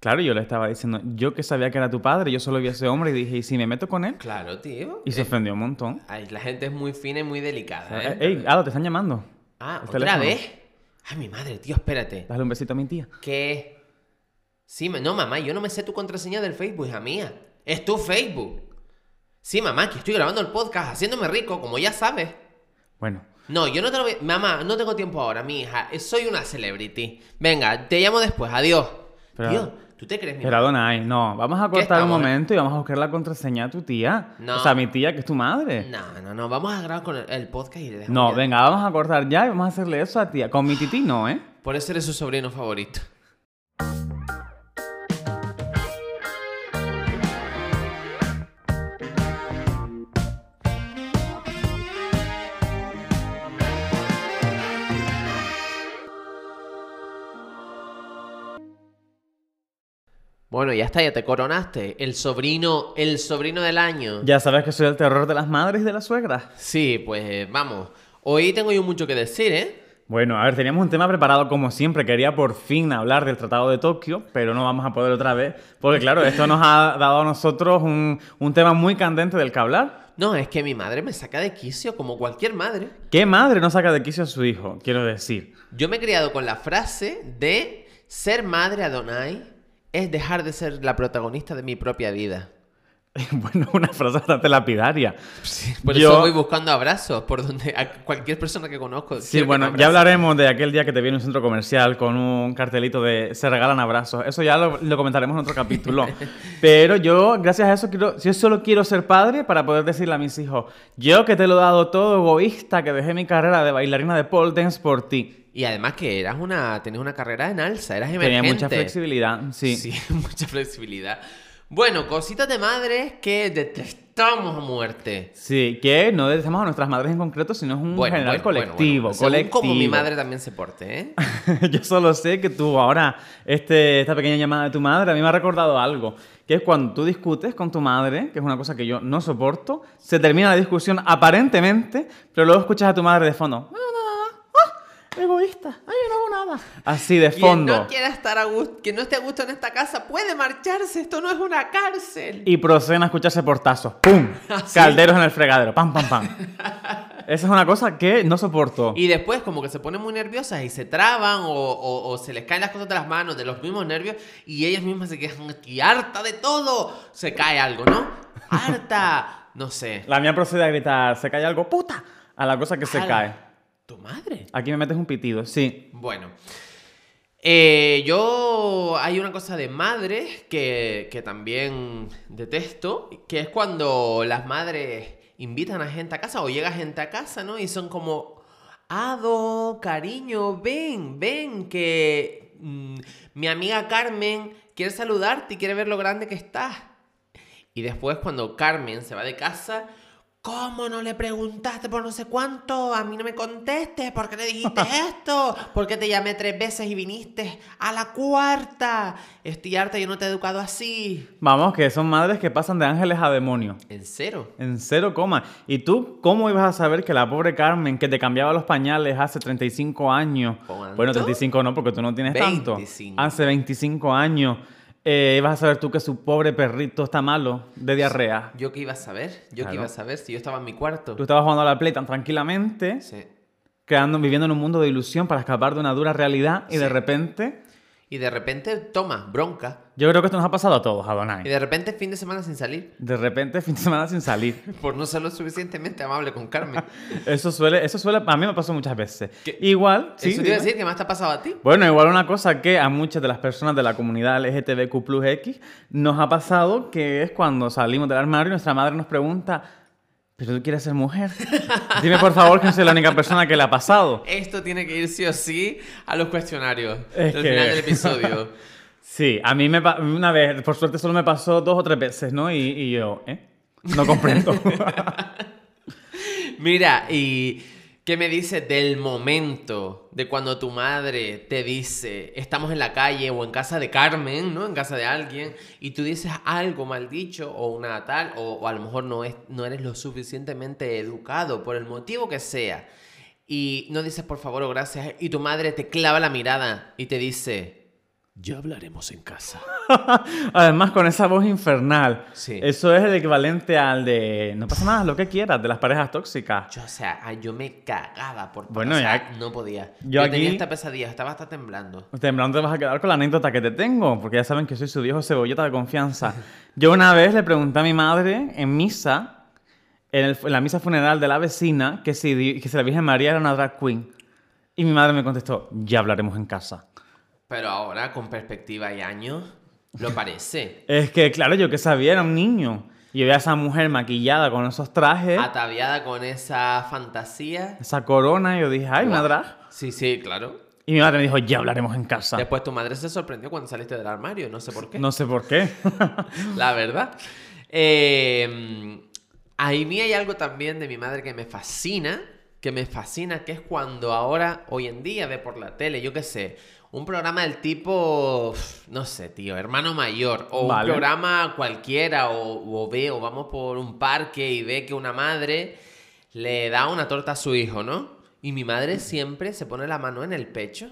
Claro, yo le estaba diciendo, yo que sabía que era tu padre, yo solo vi a ese hombre y dije, ¿y si me meto con él? Claro, tío. Y se ofendió un montón. Ay, la gente es muy fina y muy delicada, Eh, ¿eh? Ey, Aldo, te están llamando. ah, el ¿otra teléfono. vez? Ay, mi madre, tío, espérate. Dale un besito a mi tía. ¿Qué? Sí, ma- no, mamá, yo no me sé tu contraseña del Facebook, hija mía. Es tu Facebook. Sí, mamá, que estoy grabando el podcast, haciéndome rico, como ya sabes. Bueno, No, yo no te lo voy... Mamá, no tengo tiempo ahora, mi hija. eh, Soy una celebrity. Venga, te llamo después. Adiós. Pero- Tío, ¿tú te crees, mi pero Adonai, no, vamos a Eh. ¿Qué cortar un estamos? momento y vamos a buscar la contraseña a tu tía. No. O sea, a mi tía, que es tu madre. No, no, no. Vamos a grabar con el, el podcast y le dejamos No, ya. venga, vamos a cortar ya y vamos a hacerle eso a tía. Con mi tití no, ¿eh? Por eso eres su sobrino favorito. Bueno, ya está, ya te coronaste. El sobrino, el sobrino del año. Ya sabes que soy el terror de las madres y de las suegras. Sí, pues vamos. Hoy tengo yo mucho que decir, ¿eh? Bueno, a ver, teníamos un tema preparado como siempre. Quería por fin hablar del Tratado de Tokio, pero no vamos a poder otra vez. Porque claro, esto nos ha dado a nosotros un, un tema muy candente del que hablar. No, es que mi madre me saca de quicio como cualquier madre. ¿Qué madre no saca de quicio a su hijo? Quiero decir. Yo me he criado con la frase de ser madre Adonai es dejar de ser la protagonista de mi propia vida. Bueno, una frase bastante lapidaria. Por Yo- eso voy buscando abrazos por donde a cualquier persona que conozco. Sí, quiero que me bueno, abrace. ya hablaremos de aquel día que te viene un centro comercial con un cartelito de se regalan abrazos. Eso ya lo, lo comentaremos en otro capítulo. Pero yo, gracias a eso, quiero, yo solo quiero ser padre para poder decirle a mis hijos, yo que te lo he dado todo egoísta, que dejé mi carrera de bailarina de pole dance por ti. Y además que eras una, tenías una carrera en alza, eras emergente. Tenía mucha flexibilidad, sí. Sí, mucha flexibilidad. Bueno, cositas de madres que detestamos a muerte. Sí, que no decimos a nuestras madres en concreto, sino es un Bueno, general bueno, bueno, colectivo. bueno. Según colectivo. como mi madre también se porte, ¿eh? Yo solo sé que tú ahora, este, esta pequeña llamada de tu madre, a mí me ha recordado algo, que es cuando tú discutes con tu madre, que es una cosa que yo no soporto, se termina la discusión aparentemente, pero luego escuchas a tu madre de fondo. "Ah, ah, ah, ah, Egoísta, ay, yo no hago nada. Así de Quien fondo. no quiera estar a gusto, quien no esté a gusto en esta casa puede marcharse, esto no es una cárcel. Y proceden a escucharse portazos. ¡Pum! Así. Calderos en el fregadero. ¡Pam, pam, pam! Esa es una cosa que no soporto. Y después como que se ponen muy nerviosas y se traban o, o- o se les caen las cosas de las manos de los mismos nervios y ellas mismas se quedan aquí harta de todo. Se cae algo, ¿no? Harta. No sé. La mía procede a gritar, se cae algo, puta, a la cosa que se Ala, cae. ¿Tu madre? Aquí me metes un pitido, sí. Bueno. Eh, yo hay una cosa de madres que, que también detesto, que es cuando las madres invitan a gente a casa o llega gente a casa, ¿no? Y son como, Ado, cariño, ven, ven, que mm, mi amiga Carmen quiere saludarte y quiere ver lo grande que estás. Y después cuando Carmen se va de casa, ¿cómo no le preguntaste por no sé cuánto? A mí no me contestes, ¿por qué le dijiste esto? ¿Por qué te llamé tres veces y viniste a la cuarta? Estoy harta, yo no te he educado así. Vamos, que son madres que pasan de ángeles a demonio. En cero. En cero coma. ¿Y tú cómo ibas a saber que la pobre Carmen, que te cambiaba los pañales hace 35 años, ¿Cuánto? bueno, 35 no, porque tú no tienes tanto, 25. hace 25 años, eh, ibas a saber tú que su pobre perrito está malo de diarrea? ¿Yo qué iba a saber? ¿Yo Claro. qué iba a saber si yo estaba en mi cuarto? Tú estabas jugando a la play tan tranquilamente, Sí. creando, viviendo en un mundo de ilusión para escapar de una dura realidad y de Sí. repente... Y de repente, toma, bronca. Yo creo que esto nos ha pasado a todos, Y Adonai. de repente, fin de semana sin salir. De repente, fin de semana sin salir. Por no ser lo suficientemente amable con Carmen. Eso suele, eso suele, a mí me pasó muchas veces. ¿Qué? Igual, sí. Eso te iba a dime. decir que más te ha pasado a ti. Bueno, igual una cosa que a muchas de las personas de la comunidad LGTBQ+X nos ha pasado que es cuando salimos del armario y nuestra madre nos pregunta, ¿pero tú quieres ser mujer? Dime por favor que no soy la única persona que le ha pasado. Esto tiene que ir sí o sí a los cuestionarios Es del que- final del episodio. Sí, a mí me pa- una vez, por suerte solo me pasó dos o tres veces, ¿no? Y, y yo, ¿eh? No comprendo. Mira, ¿y qué me dices del momento de cuando tu madre te dice, estamos en la calle o en casa de Carmen, ¿no? En casa de alguien, y tú dices algo mal dicho o una tal, o, o a lo mejor no, es, no eres lo suficientemente educado por el motivo que sea, y no dices por favor o gracias, y tu madre te clava la mirada y te dice, Ya hablaremos en casa. Además, con esa voz infernal. Sí. Eso es el equivalente al de no pasa nada, lo que quieras, de las parejas tóxicas. Yo, o sea, ay, yo me cagaba por Bueno, o sea, ya- no podía. yo Yo, tenía aquí- esta pesadilla, estaba hasta temblando. Temblando te vas a quedar con la anécdota que te tengo, porque ya saben que soy su viejo cebolleta de confianza. Yo una vez le pregunté a mi madre en misa, en, el- en la misa funeral de la vecina, que si, di- que si la Virgen María era una drag queen. Y mi madre me contestó, ya hablaremos en casa. Pero ahora, con perspectiva y años, lo parece. Es que, claro, yo que sabía, era un niño. Y yo veía a esa mujer maquillada con esos trajes, Ah, Ataviada con esa fantasía. esa corona, y yo dije, ay, una Guau. drag. Sí, sí, claro. Y mi madre me dijo, ya hablaremos en casa. Después tu madre se sorprendió cuando saliste del armario, no sé por qué. No sé por qué. La verdad. Eh, a mí hay algo también de mi madre que me fascina, que me fascina, que es cuando ahora, hoy en día, ve por la tele, yo qué sé, un programa del tipo, uf, no sé, tío, hermano mayor, o Vale. un programa cualquiera, o, o ve, o vamos por un parque y ve que una madre le da una torta a su hijo, ¿no? Y mi madre siempre se pone la mano en el pecho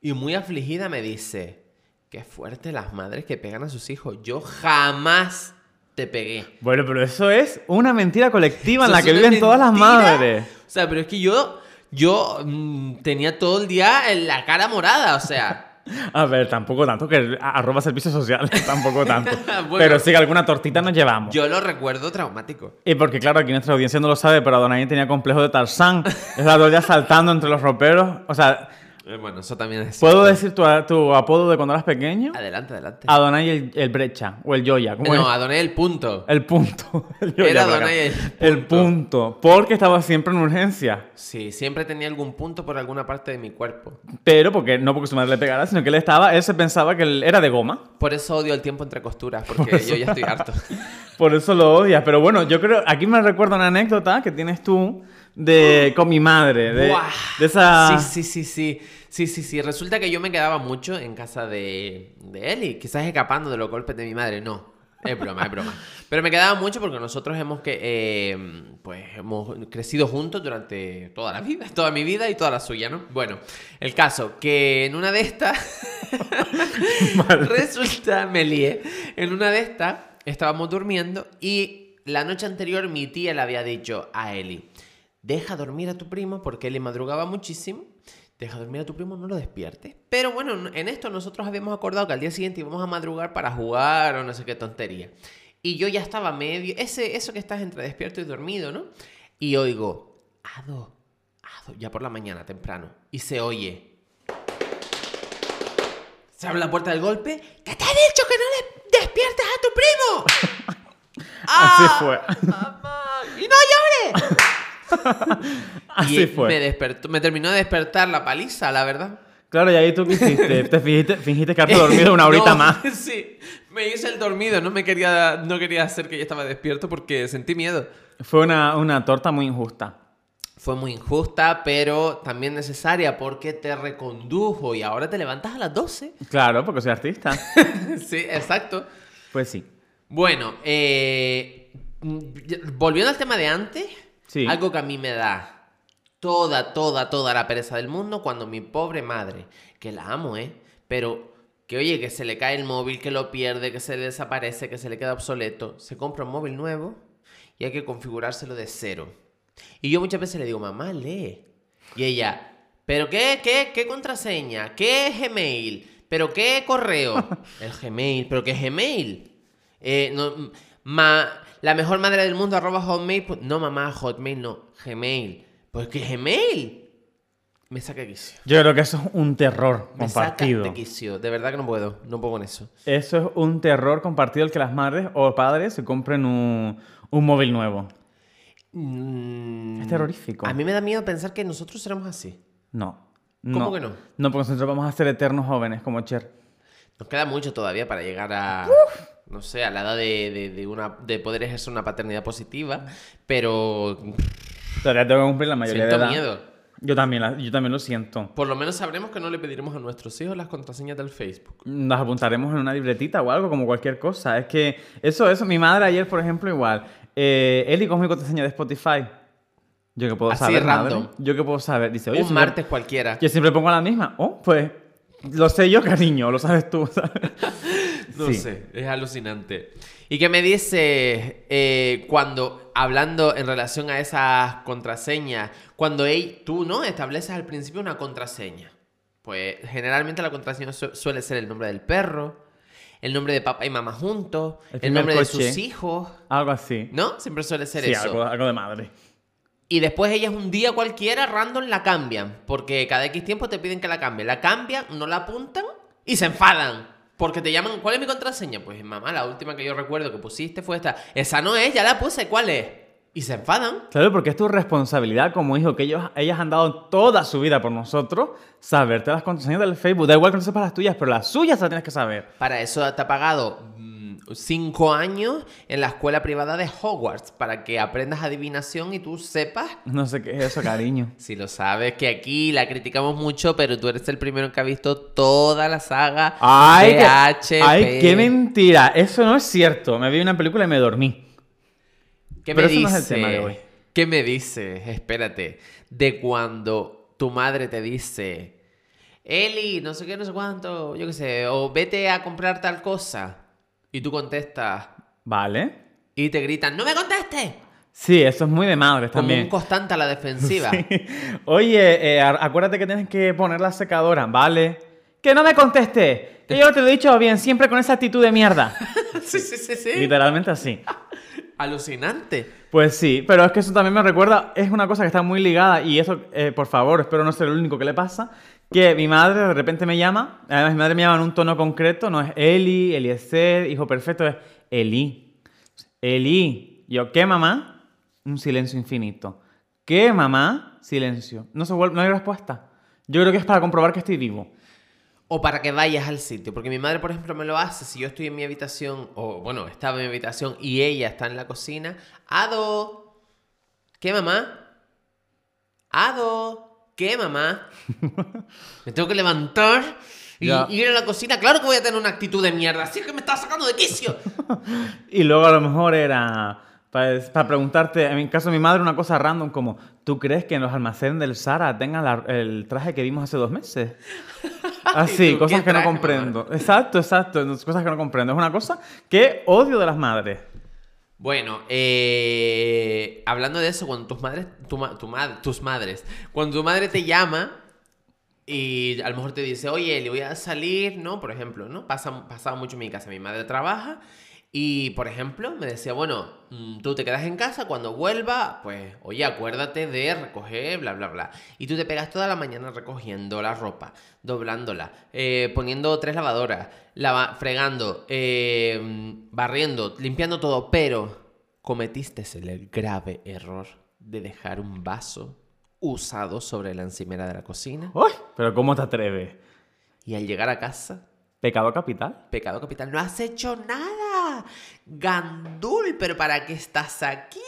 y muy afligida me dice, qué fuerte las madres que pegan a sus hijos. Yo jamás te pegué. bueno, pero eso es una mentira colectiva en Eso la es que una viven todas las mentira. madres. O sea, pero es que yo, yo mm, tenía todo el día en la cara morada, o sea. A ver, tampoco tanto que a- arroba servicios sociales, tampoco tanto. Bueno. Pero sí que alguna tortita nos llevamos. Yo lo recuerdo traumático. Y porque claro, aquí nuestra audiencia no lo sabe, pero Adonai tenía complejo de Tarzán. Estaba todo el día saltando entre los roperos. O sea, Eh, Bueno, eso también es. ¿puedo decir Ah, tu, tu apodo de cuando eras pequeño? Adelante, adelante. Eh, Adonai el, el brecha o el yoya. ¿cómo es? no, adoné el punto. El punto. El yoya, Era por acá. Adonai el El punto. Porque estaba siempre en urgencia. Sí, siempre tenía algún punto por alguna parte de mi cuerpo. Pero porque no porque su madre le pegara, sino que él estaba, él se pensaba que él era de goma. Por eso odio el tiempo entre costuras, porque yo ya estoy harto. Por eso lo odias. Pero bueno, yo creo. Aquí me recuerda una anécdota que tienes tú de con mi madre. De, Buah. de esa. Sí, sí, sí, sí. Sí, sí, sí. Resulta que yo me quedaba mucho en casa de, de Eli, quizás escapando de los golpes de mi madre. No, es broma, es broma. Pero me quedaba mucho porque nosotros hemos que eh, pues hemos crecido juntos durante toda la vida, toda mi vida y toda la suya, ¿no? Bueno, el caso que en una de estas resulta me lié. En una de estas estábamos durmiendo y la noche anterior mi tía le había dicho a Eli, deja dormir a tu primo porque Eli madrugaba muchísimo. Deja dormir a tu primo, no lo despiertes. Pero bueno, en esto nosotros habíamos acordado que al día siguiente íbamos a madrugar para jugar o no sé qué tontería. Y yo ya estaba medio... Ese, eso que estás entre despierto y dormido, ¿no? Y oigo, Ado, Ado, ya por la mañana, temprano. Y se oye, se abre la puerta del golpe. ¿Qué te he dicho que no le despiertes a tu primo? Ah. Así fue. mamá, ¡Y no llores! Así Y fue. Me, despertó, me terminó de despertar la paliza, la verdad. Claro, y ahí tú qué hiciste. Te fingiste, fingiste quedarte dormido una horita No, más. Sí, me hice el dormido. No me quería, no quería hacer que yo estaba despierto porque sentí miedo. Fue una, una torta muy injusta. Fue muy injusta, pero también necesaria porque te recondujo y ahora te levantas a las 12. Claro, porque soy artista. sí, exacto. Pues sí. Bueno, eh, mm, ya- volviendo al tema de antes, Sí. algo que a mí me da toda, toda, toda la pereza del mundo cuando mi pobre madre, que la amo, ¿eh? Pero que oye, que se le cae el móvil, que lo pierde, que se le desaparece, que se le queda obsoleto, se compra un móvil nuevo y hay que configurárselo de cero. Y yo muchas veces le digo, mamá, lee. Y ella, ¿pero qué, qué, qué contraseña? ¿Qué Gmail? ¿Pero qué correo? El Gmail, ¿pero qué Gmail? Eh, no, m- ma- la mejor madre del mundo, arroba hotmail. pu- No, mamá, hotmail no, Gmail. ¿Pues qué Gmail? Me saca de quicio. Yo creo que eso es un terror Me saca compartido. de quicio. De verdad que no puedo, no puedo con eso. Eso es un terror compartido el que las madres o padres se compren un, un móvil nuevo. Mm, Es terrorífico. A mí me da miedo pensar que nosotros seremos así. No. ¿Cómo que no? No, porque nosotros vamos a ser eternos jóvenes como Cher. Nos queda mucho todavía para llegar a. No sé, a la edad de, de- de una, de poder ejercer una paternidad positiva, pero Todavía tengo que cumplir la mayoría siento de edad. miedo. Yo también, la- yo también lo siento. Por lo menos sabremos que no le pediremos a nuestros hijos las contraseñas del Facebook. Las apuntaremos en una libretita o algo, como cualquier cosa. Es que eso, eso. Mi madre ayer, por ejemplo, igual. Eh, Eli, ¿cómo es mi contraseña de Spotify? Yo que puedo Así, saber. madre? random. Yo que puedo saber. Dice, oye, Un siempre- martes cualquiera. Yo siempre pongo la misma. Oh, pues Lo sé yo, cariño, lo sabes tú. ¿sabes? No Sí. sé, es alucinante. ¿Y qué me dices eh, cuando, hablando en relación a esas contraseñas, cuando ey- tú no estableces al principio una contraseña? Pues generalmente la contraseña su- suele ser el nombre del perro, el nombre de papá y mamá juntos, El el, primer nombre coche. de sus hijos, Algo así. ¿no? Siempre suele ser sí, eso. algo, algo de madre. Y después ellas un día cualquiera, random, la cambian. Porque cada X tiempo te piden que la cambie. La cambian, no la apuntan y se enfadan. Porque te llaman, ¿cuál es mi contraseña? Pues mamá, la última que yo recuerdo que pusiste fue esta. Esa no es, ya la puse, ¿cuál es? Y se enfadan. Claro, porque es tu responsabilidad como hijo, que ellos, ellas han dado toda su vida por nosotros, saberte las contraseñas del Facebook. Da igual que no sepas las tuyas, pero las suyas las tienes que saber. Para eso te ha pagado mm, cinco años en la escuela privada de Hogwarts. Para que aprendas adivinación y tú sepas. No sé qué es eso, cariño. Si lo sabes, que aquí la criticamos mucho, pero tú eres el primero que ha visto toda la saga ¡Ay, de qué, HP. ay, qué mentira! Eso no es cierto. Me vi una película y me dormí. ¿Qué Pero me eso no dices? es el tema de hoy. ¿Qué me dices? Espérate. De cuando tu madre te dice, Eli, no sé qué, no sé cuánto, yo qué sé, o vete a comprar tal cosa. Y tú contestas ¿Vale? y te gritan, ¡No me contestes! Sí, eso es muy de madres Como también. un constante a la defensiva. Oye, eh, ar- acuérdate que tienes que poner la secadora, ¿vale? ¡Que no me conteste! Que yo te lo he dicho bien, siempre con esa actitud de mierda. sí, sí, sí, sí. Literalmente así. Alucinante. Pues sí, pero es que eso también me recuerda, es una cosa que está muy ligada y eso, eh, por favor, espero no ser el único que le pasa, que mi madre de repente me llama, además mi madre me llama en un tono concreto, no es Eli, Eliezer, hijo perfecto, es Eli. Eli, yo, ¿qué mamá? Un silencio infinito. ¿Qué mamá? Silencio. No, se vuelve, no hay respuesta. Yo creo que es para comprobar que estoy vivo. O para que vayas al sitio. Porque mi madre, por ejemplo, me lo hace. Si yo estoy en mi habitación, o bueno, estaba en mi habitación y ella está en la cocina. Ado. ¿Qué mamá? Ado. ¿Qué mamá? Me tengo que levantar y Ya. ir a la cocina. Claro que voy a tener una actitud de mierda. Así que me estás sacando de quicio. Y luego a lo mejor era pues, para, preguntarte, en mi caso mi madre, una cosa random como, ¿tú crees que en los almacenes del Sara tengan la- el traje que vimos hace dos meses? ¿Y Así, tú, cosas qué que no traje, comprendo. Exacto, exacto, no- cosas que no comprendo. Es una cosa que odio de las madres. Bueno, eh, hablando de eso, cuando tus madres, tu, ma- tu ma- tus madres, cuando tu madre te llama y a lo mejor te dice, oye, le voy a salir, ¿no? Por ejemplo, ¿no? Pasa, pasaba mucho en mi casa, mi madre trabaja y, por ejemplo, me decía, bueno, mm, tú te quedas en casa, cuando vuelva, pues, oye, acuérdate de recoger, bla, bla, bla. Y tú te pegas toda la mañana recogiendo la ropa, doblándola, eh, poniendo tres lavadoras, lava- fregando, eh, mm, barriendo, limpiando todo, pero cometiste el grave error de dejar un vaso usado sobre la encimera de la cocina ¡Uy! Pero ¿cómo te atreves? y al llegar a casa Pecado capital. Pecado capital, no has hecho nada. Gandul, pero ¿para qué estás aquí?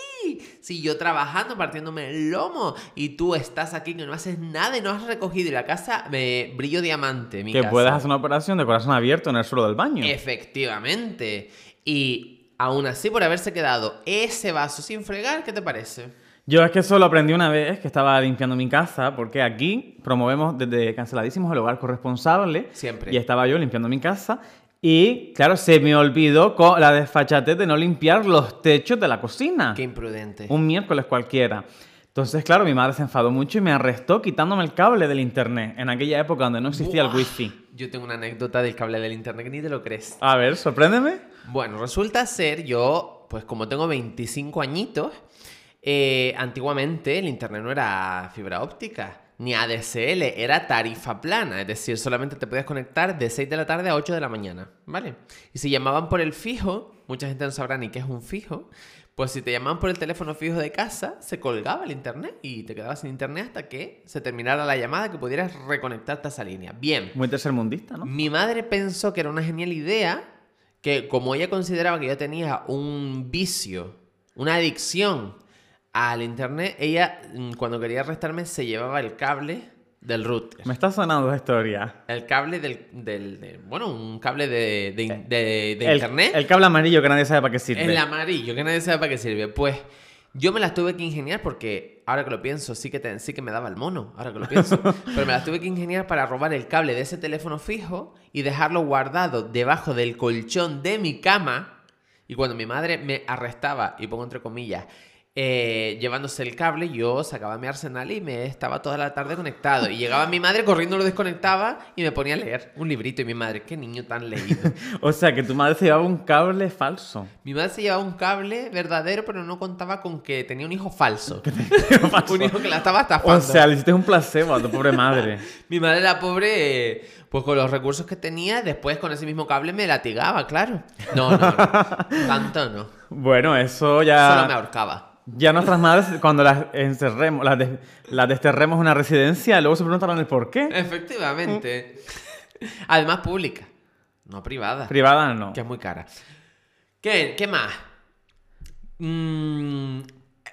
Si yo trabajando, partiéndome el lomo, y tú estás aquí que no haces nada y no has recogido, y la casa me brillo diamante. Mi Que casa. puedas hacer una operación de corazón abierto en el suelo del baño. Efectivamente. Y aún así, por haberse quedado ese vaso sin fregar, ¿qué te parece? Yo es que eso lo aprendí una vez que estaba limpiando mi casa, porque aquí promovemos desde canceladísimos el hogar corresponsable. Siempre. Y estaba yo limpiando mi casa. Y claro, se me olvidó co- la desfachatez de no limpiar los techos de la cocina. Qué imprudente. Un miércoles cualquiera. Entonces, claro, mi madre se enfadó mucho y me arrestó quitándome el cable del internet en aquella época donde no existía el Buah. wifi. Yo tengo una anécdota del cable del internet que ni te lo crees. A ver, sorpréndeme. Bueno, resulta ser yo, pues como tengo 25 añitos, eh, antiguamente el internet no era fibra óptica ni ADSL, era tarifa plana, es decir, solamente te podías conectar de 6 de la tarde a 8 de la mañana, ¿vale? Y si llamaban por el fijo, mucha gente no sabrá ni qué es un fijo, pues si te llamaban por el teléfono fijo de casa, se colgaba el internet y te quedabas sin internet hasta que se terminara la llamada que pudieras reconectarte a esa línea. Bien. Muy tercermundista, ¿no? Mi madre pensó que era una genial idea, que como ella consideraba que yo tenía un vicio, una adicción al internet, ella mm, cuando quería arrestarme se llevaba el cable del router. Me está sonando la historia. El cable del... del- de- bueno, un cable de, de- de- de El- internet. El cable amarillo que nadie sabe para qué sirve. El amarillo, que nadie sabe para qué sirve. Pues Yo me las tuve que ingeniar porque, ahora que lo pienso, sí que, te- sí que me daba el mono, ahora que lo pienso. Pero me las tuve que ingeniar para robar el cable de ese teléfono fijo y dejarlo guardado debajo del colchón de mi cama. Y cuando mi madre me arrestaba, y pongo entre comillas, eh, llevándose el cable, yo sacaba mi arsenal y me estaba toda la tarde conectado. Y llegaba mi madre corriendo, lo desconectaba y me ponía a leer un librito. Y mi madre, qué niño tan leído. O sea, que tu madre se llevaba un cable falso. Mi madre se llevaba un cable verdadero, pero no contaba con que tenía un hijo falso. un hijo que la estaba estafando. O sea, le hiciste un placebo a tu pobre madre. Mi madre, la pobre, eh, pues con los recursos que tenía, después con ese mismo cable me latigaba, claro. No, no, no. Tanto no. Bueno, eso Solo me ya. ahorcaba. Ya nuestras madres, cuando las encerremos, las, des- las desterremos en una residencia, luego se preguntarán el por qué. Efectivamente. Además, pública. No privada. Privada no. Que es muy cara. ¿Qué, qué más? Mm,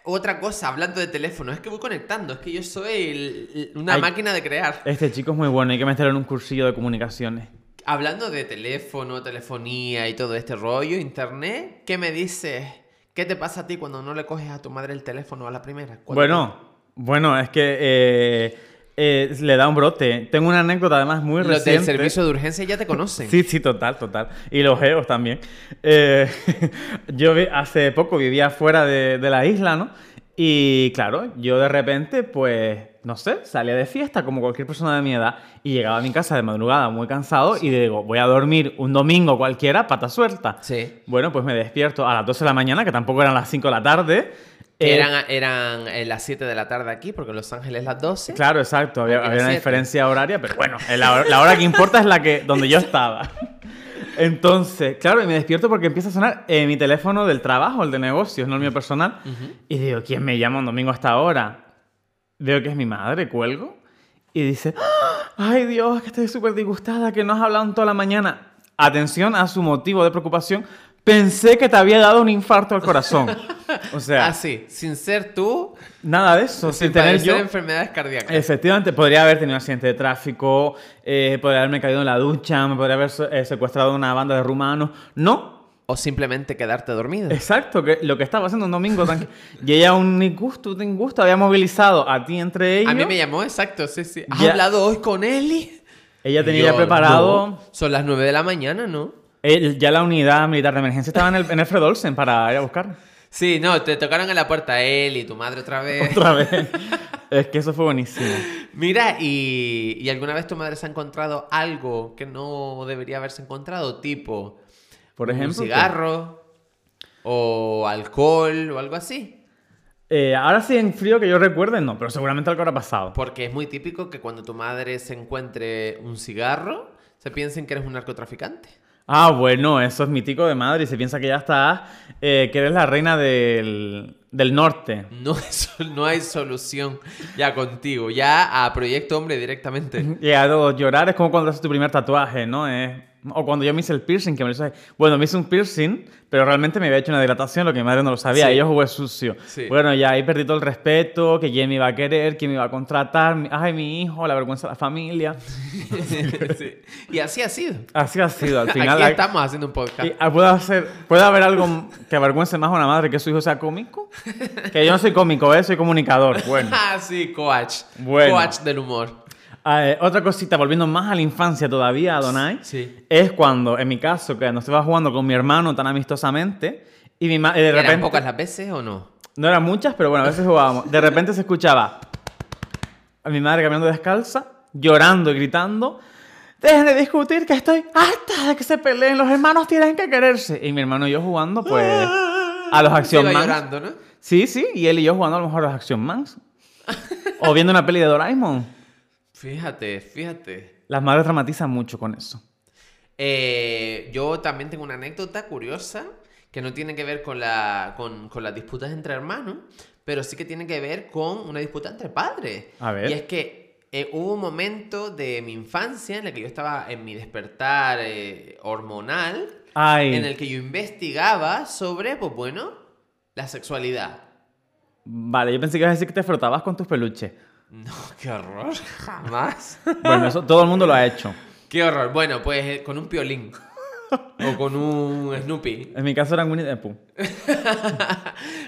otra cosa, hablando de teléfono, es que voy conectando, es que yo soy el- una Ay. máquina de crear. Este chico es muy bueno, hay que meterlo en un cursillo de comunicaciones. Hablando de teléfono, telefonía y todo este rollo, internet, ¿qué me dices? ¿Qué te pasa a ti cuando no le coges a tu madre el teléfono a la primera? Cuando- Bueno, bueno, es que eh, eh, le da un brote. Tengo una anécdota además muy los reciente. del servicio de urgencia ya te conocen. Sí, sí, total, total. Y los geos también. Eh, yo vi- hace poco vivía fuera de, de la isla, ¿no? Y claro, yo de repente, pues, no sé, salía de fiesta como cualquier persona de mi edad y llegaba a mi casa de madrugada muy cansado y digo, voy a dormir un domingo cualquiera, pata suelta. Sí. Bueno, pues me despierto a las 12 de la mañana, que tampoco eran las 5 de la tarde. Que Eh, eran eran eh, las 7 de la tarde aquí, porque en Los Ángeles las 12. Claro, exacto. Había, Aquí había las una siete. diferencia horaria, pero bueno, en la, hora- la hora que importa es la que donde yo estaba. Entonces, claro, y me despierto porque empieza a sonar eh, mi teléfono del trabajo, el de negocios, no el mío personal. Y digo, ¿quién me llama un domingo hasta ahora? Veo que es mi madre, cuelgo. Y dice, ¡Ah! ay Dios, que estoy súper disgustada, que no has hablado en toda la mañana. Atención a su motivo de preocupación. Pensé que te había dado un infarto al corazón. O sea, Así, Ah, sin ser tú, nada de eso. Sin, sin tener padecer yo enfermedades cardíacas. Efectivamente, podría haber tenido un accidente de tráfico, eh, podría haberme caído en la ducha, me podría haber se- eh, secuestrado una banda de rumanos. No, O simplemente quedarte dormido. exacto, que lo que estaba haciendo un domingo tranqui- Y ella un disgusto, un disgusto, había movilizado a ti entre ellos. A mí me llamó, exacto, sí, sí. ¿Has Ya. hablado hoy con Eli? Ella tenía Yo, ya preparado. no. Son las 9 de la mañana, ¿no? el- ya la unidad militar de emergencia estaba en el, en el Fred Olsen para ir a buscar. Sí, no, te tocaron en la puerta Eli, tu madre otra vez. Otra vez. es que eso fue buenísimo. Mira, y, y alguna vez tu madre se ha encontrado algo que no debería haberse encontrado? Tipo, Por ejemplo. un ¿qué? cigarro o alcohol o algo así. Eh, ahora sí, en frío que yo recuerde, no, pero seguramente algo habrá pasado. Porque es muy típico que cuando tu madre se encuentre un cigarro, se piensen que eres un narcotraficante. Ah, bueno, eso es mítico de madre. Y se piensa que ya estás, eh, que eres la reina del, del norte. No, hay sol- no hay solución ya contigo, ya a Proyecto Hombre directamente. Y a lo- llorar es como cuando haces tu primer tatuaje, ¿no? Es- o cuando yo me hice el piercing, que me lo hice- Bueno, me hice un piercing, pero realmente me había hecho una dilatación, lo que mi madre no lo sabía. Sí. Y yo jugué sucio. Sí. Bueno, ya ahí perdí todo el respeto, que quién me iba a querer, quién me iba a contratar. mi- Ay, mi hijo, la vergüenza de la familia. Sí. Y así ha sido. Así ha sido. Al final, Aquí la- estamos haciendo un podcast. Y, ah, ¿Puede, hacer, ¿Puede haber algo que avergüence más a una madre que su hijo sea cómico? Que yo no soy cómico, ¿eh? soy comunicador. Bueno. Ah, sí, coach. Bueno. Coach del humor. Ah, eh, otra cosita, volviendo más a la infancia todavía, Adonai, Sí. es cuando, en mi caso, que nos estaba jugando con mi hermano tan amistosamente y mi ma- eh, de ¿Eran repente... pocas las veces o no? No eran muchas, pero bueno, a veces jugábamos. De repente se escuchaba a mi madre caminando descalza, llorando y gritando. Dejen de discutir que estoy harta de que se peleen, los hermanos tienen que quererse. Y mi hermano y yo jugando, pues... a los Action Iba Man. llorando, ¿no? Sí, sí, y él y yo jugando a lo mejor a los Action Mans. o viendo una peli de Doraemon. Fíjate, fíjate. Las madres dramatizan mucho con eso. Eh, yo también tengo una anécdota curiosa que no tiene que ver con, la, con, con las disputas entre hermanos, pero sí que tiene que ver con una disputa entre padres. A ver. Y es que eh, hubo un momento de mi infancia en el que yo estaba en mi despertar eh, hormonal. Ay, en el que yo investigaba sobre, pues bueno, la sexualidad. vale, yo pensé que ibas a decir que te frotabas con tus peluches. No, qué horror, jamás. Bueno, eso todo el mundo lo ha hecho. Qué horror. Bueno, pues eh, con un piolín. O con un Snoopy. En mi caso eran Winnie the Pooh.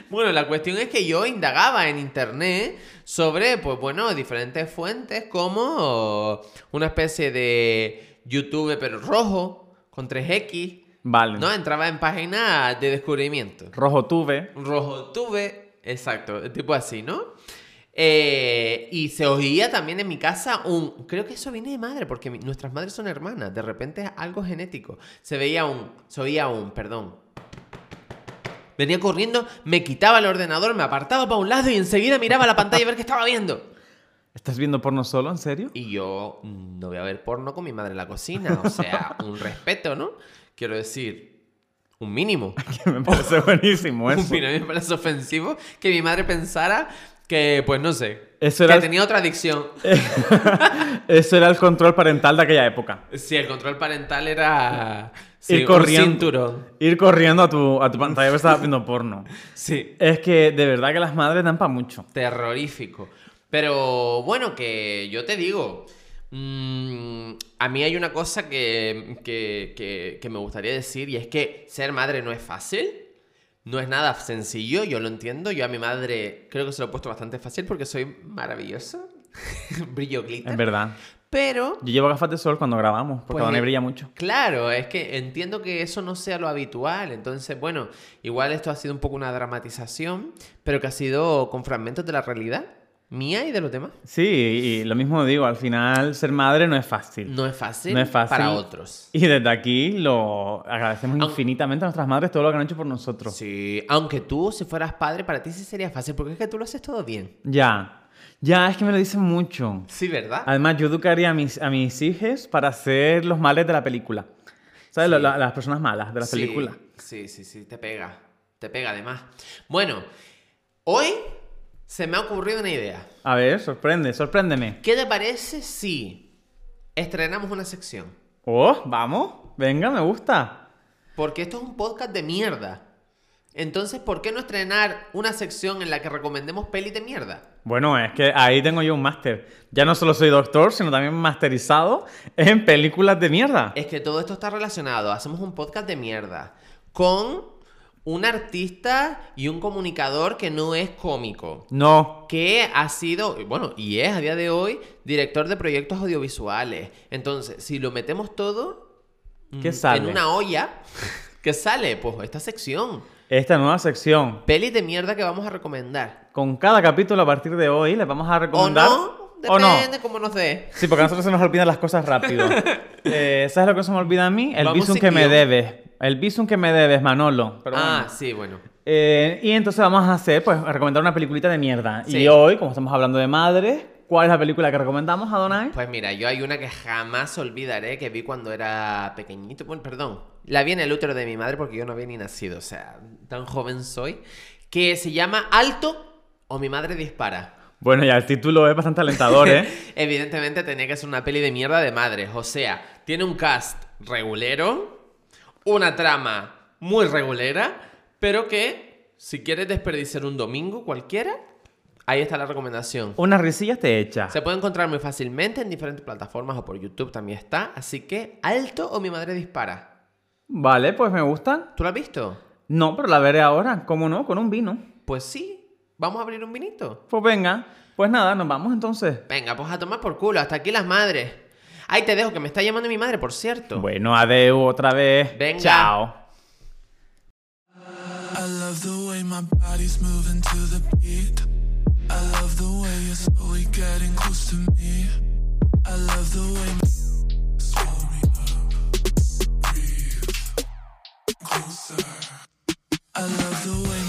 Bueno, la cuestión es que yo indagaba en internet sobre, pues bueno, diferentes fuentes como una especie de YouTube pero rojo con 3X. Vale. No, eh. entraba en páginas de descubrimiento. Rojo tuve. Rojo tuve, exacto, tipo así, ¿no? Eh, y se oía también en mi casa un... Creo que eso viene de madre, porque mi- nuestras madres son hermanas. De repente es algo genético. Se veía un... Se oía un, perdón. Venía corriendo, me quitaba el ordenador, me apartaba para un lado y enseguida miraba la pantalla a ver qué estaba viendo. ¿Estás viendo porno solo? ¿En serio? Y yo mm, no voy a ver porno con mi madre en la cocina. O sea, un respeto, ¿no? Quiero decir, un mínimo. Que me parece buenísimo eso. Mira, a mí me parece ofensivo que mi madre pensara que, pues no sé, Eso era- que tenía otra adicción. Eso era el control parental de aquella época. Sí, el control parental era sí, Ir un corriendo. cinturón. Ir corriendo a tu, a tu pantalla que estabas viendo porno. Sí. Es que de verdad que las madres dan para mucho. Terrorífico. Pero bueno, que yo te digo, mm, a mí hay una cosa que, que, que- que me gustaría decir y es que ser madre no es fácil. No es nada sencillo, yo lo entiendo. Yo a mi madre creo que se lo he puesto bastante fácil porque soy maravillosa. Brillo glitter. Es verdad. Pero Yo llevo gafas de sol cuando grabamos, porque Pues, Dani eh, brilla mucho. Claro, es que entiendo que eso no sea lo habitual. Entonces, bueno, igual esto ha sido un poco una dramatización, pero que ha sido con fragmentos de la realidad mía y de los demás. Sí, y lo mismo digo, al final ser madre no es fácil. No es fácil, No es fácil. para otros. Y desde aquí lo agradecemos Aun- infinitamente a nuestras madres todo lo que han hecho por nosotros. Sí, aunque tú, si fueras padre, para ti sí sería fácil, porque es que tú lo haces todo bien. Ya. Ya, es que me lo dicen mucho. Sí, ¿verdad? Además, yo educaría a mis, a mis hijas para hacer los males de la película. ¿Sabes? Sí. Lo- la- las personas malas de la Sí, película. Sí, sí, sí, te pega. Te pega además. Bueno, hoy se me ha ocurrido una idea. A ver, sorprende, sorpréndeme. ¿Qué te parece si estrenamos una sección? Oh, vamos. Venga, me gusta. Porque esto es un podcast de mierda. Entonces, ¿por qué no estrenar una sección en la que recomendemos peli de mierda? Bueno, es que ahí tengo yo un máster. Ya no solo soy doctor, sino también masterizado en películas de mierda. Es que todo esto está relacionado. Hacemos un podcast de mierda con un artista y un comunicador que no es cómico. No. que ha sido, bueno, y es a día de hoy director de proyectos audiovisuales. Entonces, si lo metemos todo ¿Qué mm, en sale? una olla, ¿qué sale? Pues esta sección, Esta nueva sección. pelis de mierda que vamos a recomendar. Con cada capítulo a partir de hoy les vamos a O recomendar. no, ¿O no? depende cómo nos dé. Sí, porque a nosotros se nos olvidan las cosas rápido. Eh, ¿Sabes lo que se me olvida a mí? El Vamos visum sin que me guión. debes. El visum que me debes, Manolo. Pero ah, bueno. sí, bueno. Eh, y entonces vamos a hacer, pues, a recomendar una peliculita de mierda. Sí. Y hoy, como estamos hablando de madres, ¿cuál es la película que recomendamos, Adonai? Pues mira, yo hay una que jamás olvidaré que vi cuando era pequeñito. Bueno, perdón. La vi en el útero de mi madre porque yo no había ni nacido. O sea, tan joven soy. Que se llama Alto o mi madre dispara. Bueno, ya el título es bastante alentador, ¿eh? Evidentemente tenía que ser una peli de mierda de madres. O sea, tiene un cast regulero, una trama muy regulera, pero que si quieres desperdiciar un domingo cualquiera, ahí está la recomendación. Unas risillas te echa. Se puede encontrar muy fácilmente en diferentes plataformas o por YouTube también está. Así que alto o mi madre dispara. Vale, pues me gusta. ¿Tú lo has visto? No, pero la veré ahora. ¿Cómo no? Con un vino. Pues sí. Vamos a abrir un vinito. Pues venga. Pues nada, nos vamos entonces. Venga, pues a tomar por culo. Hasta aquí las madres. Ahí te dejo, que me está llamando mi madre, por cierto. Bueno, adeu otra vez. Venga. Chao. I love the way my body's moving to the beat. I love the way you're slowly getting close to me. I love the way my slow me up. Breathe closer. I love the way my